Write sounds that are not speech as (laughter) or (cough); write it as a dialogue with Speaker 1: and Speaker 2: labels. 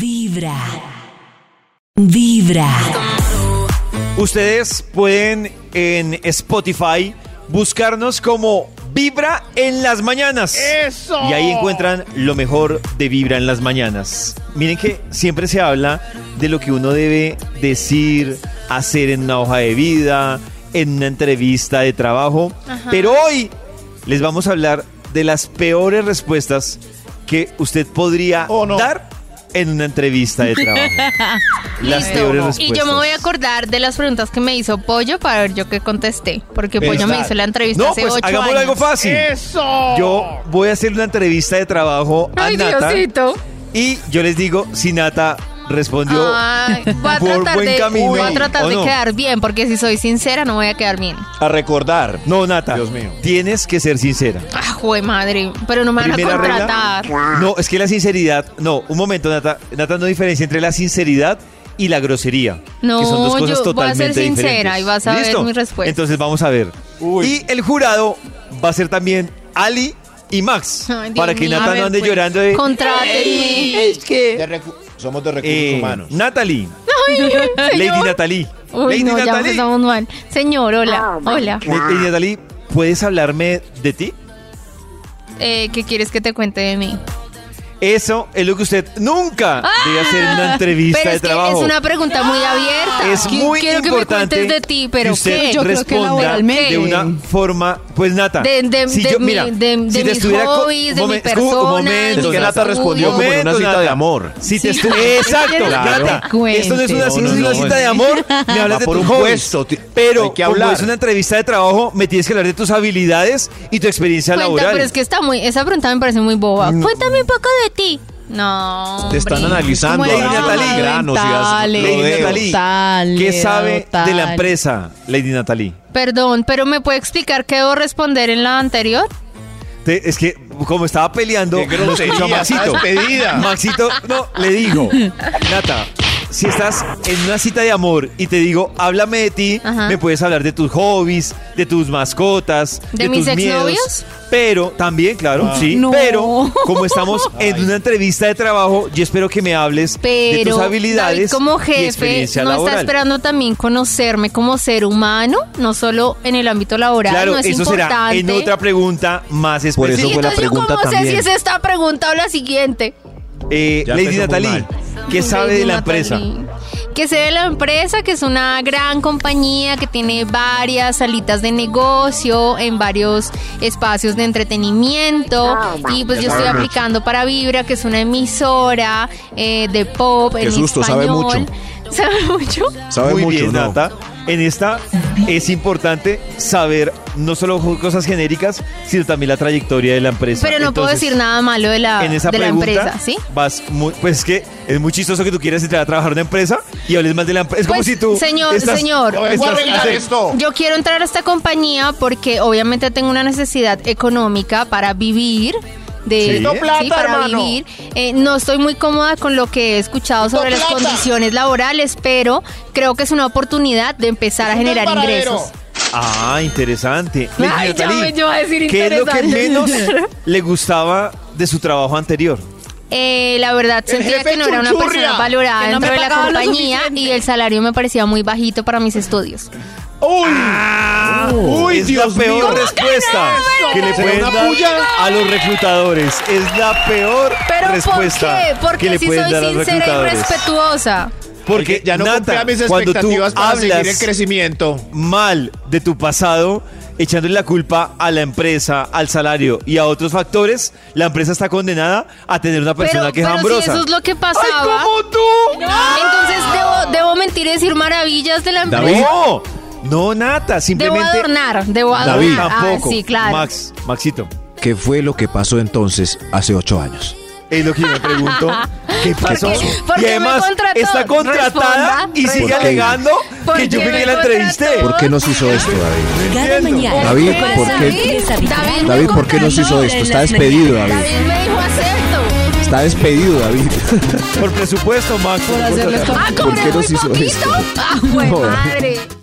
Speaker 1: Vibra. Vibra.
Speaker 2: Ustedes pueden en Spotify buscarnos como Vibra en las mañanas.
Speaker 3: ¡Eso!
Speaker 2: Y ahí encuentran lo mejor de Vibra en las mañanas. Miren que siempre se habla de lo que uno debe decir, hacer en una hoja de vida, en una entrevista de trabajo. Pero hoy les vamos a hablar de las peores respuestas que usted podría
Speaker 3: Oh, no.
Speaker 2: dar en una entrevista de trabajo.
Speaker 4: (laughs)
Speaker 2: las
Speaker 4: Listo.
Speaker 2: peores respuestas.
Speaker 4: Y yo me voy a acordar de las preguntas que me hizo Pollo para ver yo qué contesté. Porque Pollo me
Speaker 2: Verdad.
Speaker 4: hizo la entrevista
Speaker 2: No,
Speaker 4: hace
Speaker 2: pues
Speaker 4: ocho
Speaker 2: hagámoslo
Speaker 4: años.
Speaker 2: algo fácil.
Speaker 3: ¡Eso!
Speaker 2: Yo voy a hacer una entrevista de trabajo a
Speaker 4: Ay,
Speaker 2: Nata
Speaker 4: Diosito.
Speaker 2: y yo les digo si Nata respondió.
Speaker 4: Ay,
Speaker 2: (laughs)
Speaker 4: voy a
Speaker 2: por
Speaker 4: tratar,
Speaker 2: buen
Speaker 4: de,
Speaker 2: camino,
Speaker 4: voy a
Speaker 2: ¿o
Speaker 4: tratar de
Speaker 2: no?
Speaker 4: quedar bien, porque si soy sincera no voy a quedar bien.
Speaker 2: A recordar. No, Nata.
Speaker 3: Dios mío.
Speaker 2: Tienes que ser sincera.
Speaker 4: Ah, joder, madre. Pero no me van a
Speaker 2: Primera
Speaker 4: contratar.
Speaker 2: regla. No, es que la sinceridad. No, un momento, Nata. Nata no diferencia entre la sinceridad y la grosería.
Speaker 4: No,
Speaker 2: que son dos cosas
Speaker 4: yo voy a
Speaker 2: totalmente
Speaker 4: ser sincera
Speaker 2: diferentes.
Speaker 4: y vas a ver
Speaker 2: ¿Listo?
Speaker 4: mi respuesta.
Speaker 2: Entonces vamos a ver.
Speaker 3: Uy.
Speaker 2: Y el jurado va a ser también Ali y Max.
Speaker 4: Ay, Dios
Speaker 2: para que
Speaker 4: mío.
Speaker 2: Nata
Speaker 4: A ver,
Speaker 2: no ande
Speaker 4: pues,
Speaker 2: llorando de.
Speaker 4: Contrátenme.
Speaker 3: De recu- somos de recursos
Speaker 2: eh,
Speaker 3: humanos.
Speaker 2: Natalie. Lady Natalie.
Speaker 4: Uy,
Speaker 2: Lady
Speaker 4: no, ya
Speaker 2: Natalie.
Speaker 4: empezamos mal. Señor, hola, hola.
Speaker 2: Lady Natalie, ¿puedes hablarme de ti?
Speaker 4: Eh, ¿Qué quieres que te cuente de mí?
Speaker 2: Eso es lo que usted nunca debe hacer en una entrevista
Speaker 4: Ah, (laughs) Pero
Speaker 2: de
Speaker 4: es que
Speaker 2: trabajo.
Speaker 4: es una pregunta muy abierta.
Speaker 2: Es
Speaker 4: Qui-
Speaker 2: muy
Speaker 4: Quiero
Speaker 2: importante
Speaker 4: que me cuentes de ti, pero
Speaker 2: que usted
Speaker 4: ¿qué?
Speaker 2: responda
Speaker 4: laboralmente.
Speaker 2: de una forma, pues Nata,
Speaker 4: De- de-
Speaker 2: si
Speaker 4: de
Speaker 2: yo,
Speaker 4: mi-
Speaker 2: mira,
Speaker 4: de- de
Speaker 2: si te
Speaker 4: mis
Speaker 2: estuviera co-
Speaker 4: hobbies, de
Speaker 2: un
Speaker 4: mi
Speaker 2: momen- escu- un
Speaker 4: persona,
Speaker 2: momento,
Speaker 4: mis
Speaker 3: que Nata
Speaker 4: estudios.
Speaker 3: respondió como en una
Speaker 2: Momento,
Speaker 3: cita
Speaker 2: Nata.
Speaker 3: de amor.
Speaker 2: Si te
Speaker 4: Sí.
Speaker 2: estu- exacto,
Speaker 4: Claro.
Speaker 2: Nata,
Speaker 4: Cuente.
Speaker 2: esto no es una,
Speaker 4: No,
Speaker 2: cita-
Speaker 3: no,
Speaker 2: es una
Speaker 3: no,
Speaker 2: cita
Speaker 3: es-
Speaker 2: de amor, me hablas
Speaker 3: Va
Speaker 2: de
Speaker 3: por
Speaker 2: tus
Speaker 3: un
Speaker 2: hobbies.
Speaker 3: puesto, ti-
Speaker 2: pero
Speaker 3: hay que
Speaker 2: como
Speaker 3: hablar.
Speaker 2: es una entrevista de trabajo, me tienes que hablar de tus habilidades y tu experiencia
Speaker 4: Cuenta,
Speaker 2: laboral. Mm.
Speaker 4: pero es que está muy, esa pregunta me parece muy boba. Cuéntame un poco de ti. No.
Speaker 3: Te están
Speaker 4: hombre.
Speaker 3: analizando.
Speaker 2: Lady
Speaker 3: ahora mismo,
Speaker 2: Natalie,
Speaker 3: granos y as-
Speaker 5: Natalie,
Speaker 2: Lady
Speaker 3: rodeos.
Speaker 2: Natalie,
Speaker 5: Dale,
Speaker 2: ¿qué sabe de la
Speaker 5: dale.
Speaker 2: empresa, Lady Natalie?
Speaker 4: Perdón, pero ¿me puede explicar qué debo responder en la anterior?
Speaker 2: Te- es que como estaba peleando,
Speaker 3: Qué
Speaker 2: lo escuchó a
Speaker 3: grosería,
Speaker 2: Maxito.
Speaker 3: está despedida.
Speaker 2: Maxito, no, le digo, Nata, si estás en una cita de amor y te digo, háblame de ti,
Speaker 4: Ajá.
Speaker 2: me puedes hablar de tus hobbies, de tus mascotas, de,
Speaker 4: ¿De mis
Speaker 2: tus miedos.
Speaker 4: exnovios?
Speaker 2: Pero también, claro,
Speaker 3: Ah.
Speaker 2: sí.
Speaker 5: No.
Speaker 2: Pero como
Speaker 3: (laughs)
Speaker 2: estamos en una entrevista de trabajo, yo espero que me hables
Speaker 4: Pero
Speaker 2: de tus habilidades
Speaker 4: David, como
Speaker 2: y
Speaker 4: jefe,
Speaker 2: experiencia
Speaker 4: no está
Speaker 2: laboral.
Speaker 4: esperando también conocerme como ser humano, no solo en el ámbito laboral.
Speaker 2: Claro,
Speaker 4: no es
Speaker 2: eso será
Speaker 4: importante.
Speaker 2: en otra pregunta más
Speaker 3: Por eso
Speaker 2: específica.
Speaker 4: Y
Speaker 3: fue la
Speaker 4: entonces,
Speaker 3: pregunta
Speaker 4: ¿yo cómo sé si
Speaker 3: también.
Speaker 4: es esta pregunta o la siguiente?
Speaker 2: Eh,
Speaker 3: Ya
Speaker 2: Lady
Speaker 3: empezó muy
Speaker 2: Natalie, ¿qué sabe
Speaker 4: Lady
Speaker 2: de la
Speaker 4: Natalie.
Speaker 2: empresa?
Speaker 4: Que sé de la empresa, que es una gran compañía que tiene varias salitas de negocio en varios espacios de entretenimiento.
Speaker 3: Ah,
Speaker 4: y pues yo estoy aplicando para Vibra, que es una emisora eh, de pop
Speaker 3: Qué
Speaker 4: en
Speaker 3: susto, sabe
Speaker 4: español.
Speaker 3: mucho.
Speaker 4: (laughs) ¿Sabe mucho?
Speaker 3: Sabe
Speaker 2: Muy
Speaker 3: mucho,
Speaker 2: bien,
Speaker 3: ¿no?
Speaker 2: Nata. En esta es importante saber no solo cosas genéricas, sino también la trayectoria de la empresa.
Speaker 4: Pero no puedo
Speaker 2: Entonces,
Speaker 4: decir nada malo de la,
Speaker 2: En esa
Speaker 4: de la
Speaker 2: pregunta,
Speaker 4: empresa, ¿sí?
Speaker 2: vas muy- pues es que es muy chistoso que tú quieras entrar a trabajar en una empresa y hables mal de la empresa. Es como
Speaker 4: Pues,
Speaker 2: si tú.
Speaker 4: señor,
Speaker 2: estás-
Speaker 4: señor.
Speaker 3: Voy a arreglar esto.
Speaker 4: Yo quiero entrar a esta compañía porque obviamente tengo una necesidad económica para vivir.
Speaker 2: Sí.
Speaker 4: De,
Speaker 2: Necesito
Speaker 3: plata,
Speaker 4: para
Speaker 3: hermano.
Speaker 4: vivir. Eh, no estoy muy cómoda con lo que he escuchado sobre las condiciones laborales, pero creo que es una oportunidad de empezar a generar ingresos.
Speaker 2: Ah, interesante. Lady
Speaker 4: Ay, ya
Speaker 2: Natalie,
Speaker 4: me- yo voy a decir
Speaker 2: ¿Qué es lo que
Speaker 4: interesante.
Speaker 2: (laughs)
Speaker 4: (laughs)
Speaker 2: menos le gustaba de su trabajo anterior?
Speaker 4: Eh, la verdad, sentía
Speaker 3: jefe
Speaker 4: que no era una
Speaker 3: chunchurria.
Speaker 4: persona valorada
Speaker 5: Que no me
Speaker 4: dentro de la
Speaker 5: pagaba lo
Speaker 4: compañía y el salario me parecía muy bajito para mis estudios.
Speaker 3: ¡Uy! ¡Uy,
Speaker 2: Ah, es
Speaker 3: Dios
Speaker 2: la peor
Speaker 3: mío!
Speaker 2: respuesta que, le
Speaker 3: ¿Será
Speaker 2: pueden
Speaker 3: una
Speaker 2: dar
Speaker 3: puya?
Speaker 2: a los reclutadores. Es la peor
Speaker 4: ¿Pero
Speaker 2: respuesta
Speaker 4: por qué?
Speaker 2: que le
Speaker 4: Porque si
Speaker 2: pueden
Speaker 4: soy
Speaker 2: dar a los
Speaker 4: sincera y
Speaker 2: reclutadores.
Speaker 4: respetuosa.
Speaker 2: Porque
Speaker 3: ya no cumplía
Speaker 2: Nata,
Speaker 3: mis
Speaker 2: cuando tú
Speaker 3: expectativas para seguir el
Speaker 2: hablas
Speaker 3: crecimiento.
Speaker 2: mal de tu pasado, echándole la culpa a la empresa, al salario y a otros factores, la empresa está condenada a tener una persona
Speaker 4: pero,
Speaker 2: que es
Speaker 4: pero si
Speaker 2: hambrosa.
Speaker 4: eso es lo que pasaba.
Speaker 2: tú!
Speaker 4: Entonces debo, debo mentir y decir maravillas de la empresa.
Speaker 2: No, no, Nata,
Speaker 4: Debo
Speaker 2: simplemente...
Speaker 4: adornar, debo adornar.
Speaker 3: David.
Speaker 4: ah,
Speaker 2: tampoco.
Speaker 4: sí, claro.
Speaker 2: Max, Maxito.
Speaker 3: ¿Qué fue lo que pasó entonces hace ocho años?
Speaker 2: Es lo que yo me
Speaker 4: (laughs)
Speaker 2: pregunto. ¿Qué pasó?
Speaker 4: por
Speaker 2: y
Speaker 4: qué me
Speaker 2: además
Speaker 4: contrató?
Speaker 2: está contratada
Speaker 4: Responda,
Speaker 2: y sigue
Speaker 3: responda.
Speaker 2: alegando
Speaker 4: ¿Por
Speaker 2: que yo
Speaker 4: qué
Speaker 2: fui
Speaker 4: me
Speaker 2: que la entrevisté.
Speaker 4: contrató?
Speaker 3: ¿Por qué nos hizo esto, David?
Speaker 1: Cada
Speaker 2: Entiendo.
Speaker 1: mañana.
Speaker 3: David,
Speaker 1: Pues,
Speaker 3: ¿por qué?
Speaker 1: David,
Speaker 4: David,
Speaker 3: David, ¿por qué nos hizo esto? Está despedido, David.
Speaker 4: David me dijo acepto.
Speaker 3: Está despedido, David.
Speaker 2: Por presupuesto, Max.
Speaker 5: Por hacerles
Speaker 4: Ah,
Speaker 3: ¿Por
Speaker 4: cobré
Speaker 3: qué
Speaker 4: muy
Speaker 3: nos hizo
Speaker 4: poquito.
Speaker 3: esto?
Speaker 4: Ah, pues
Speaker 3: No.
Speaker 4: madre.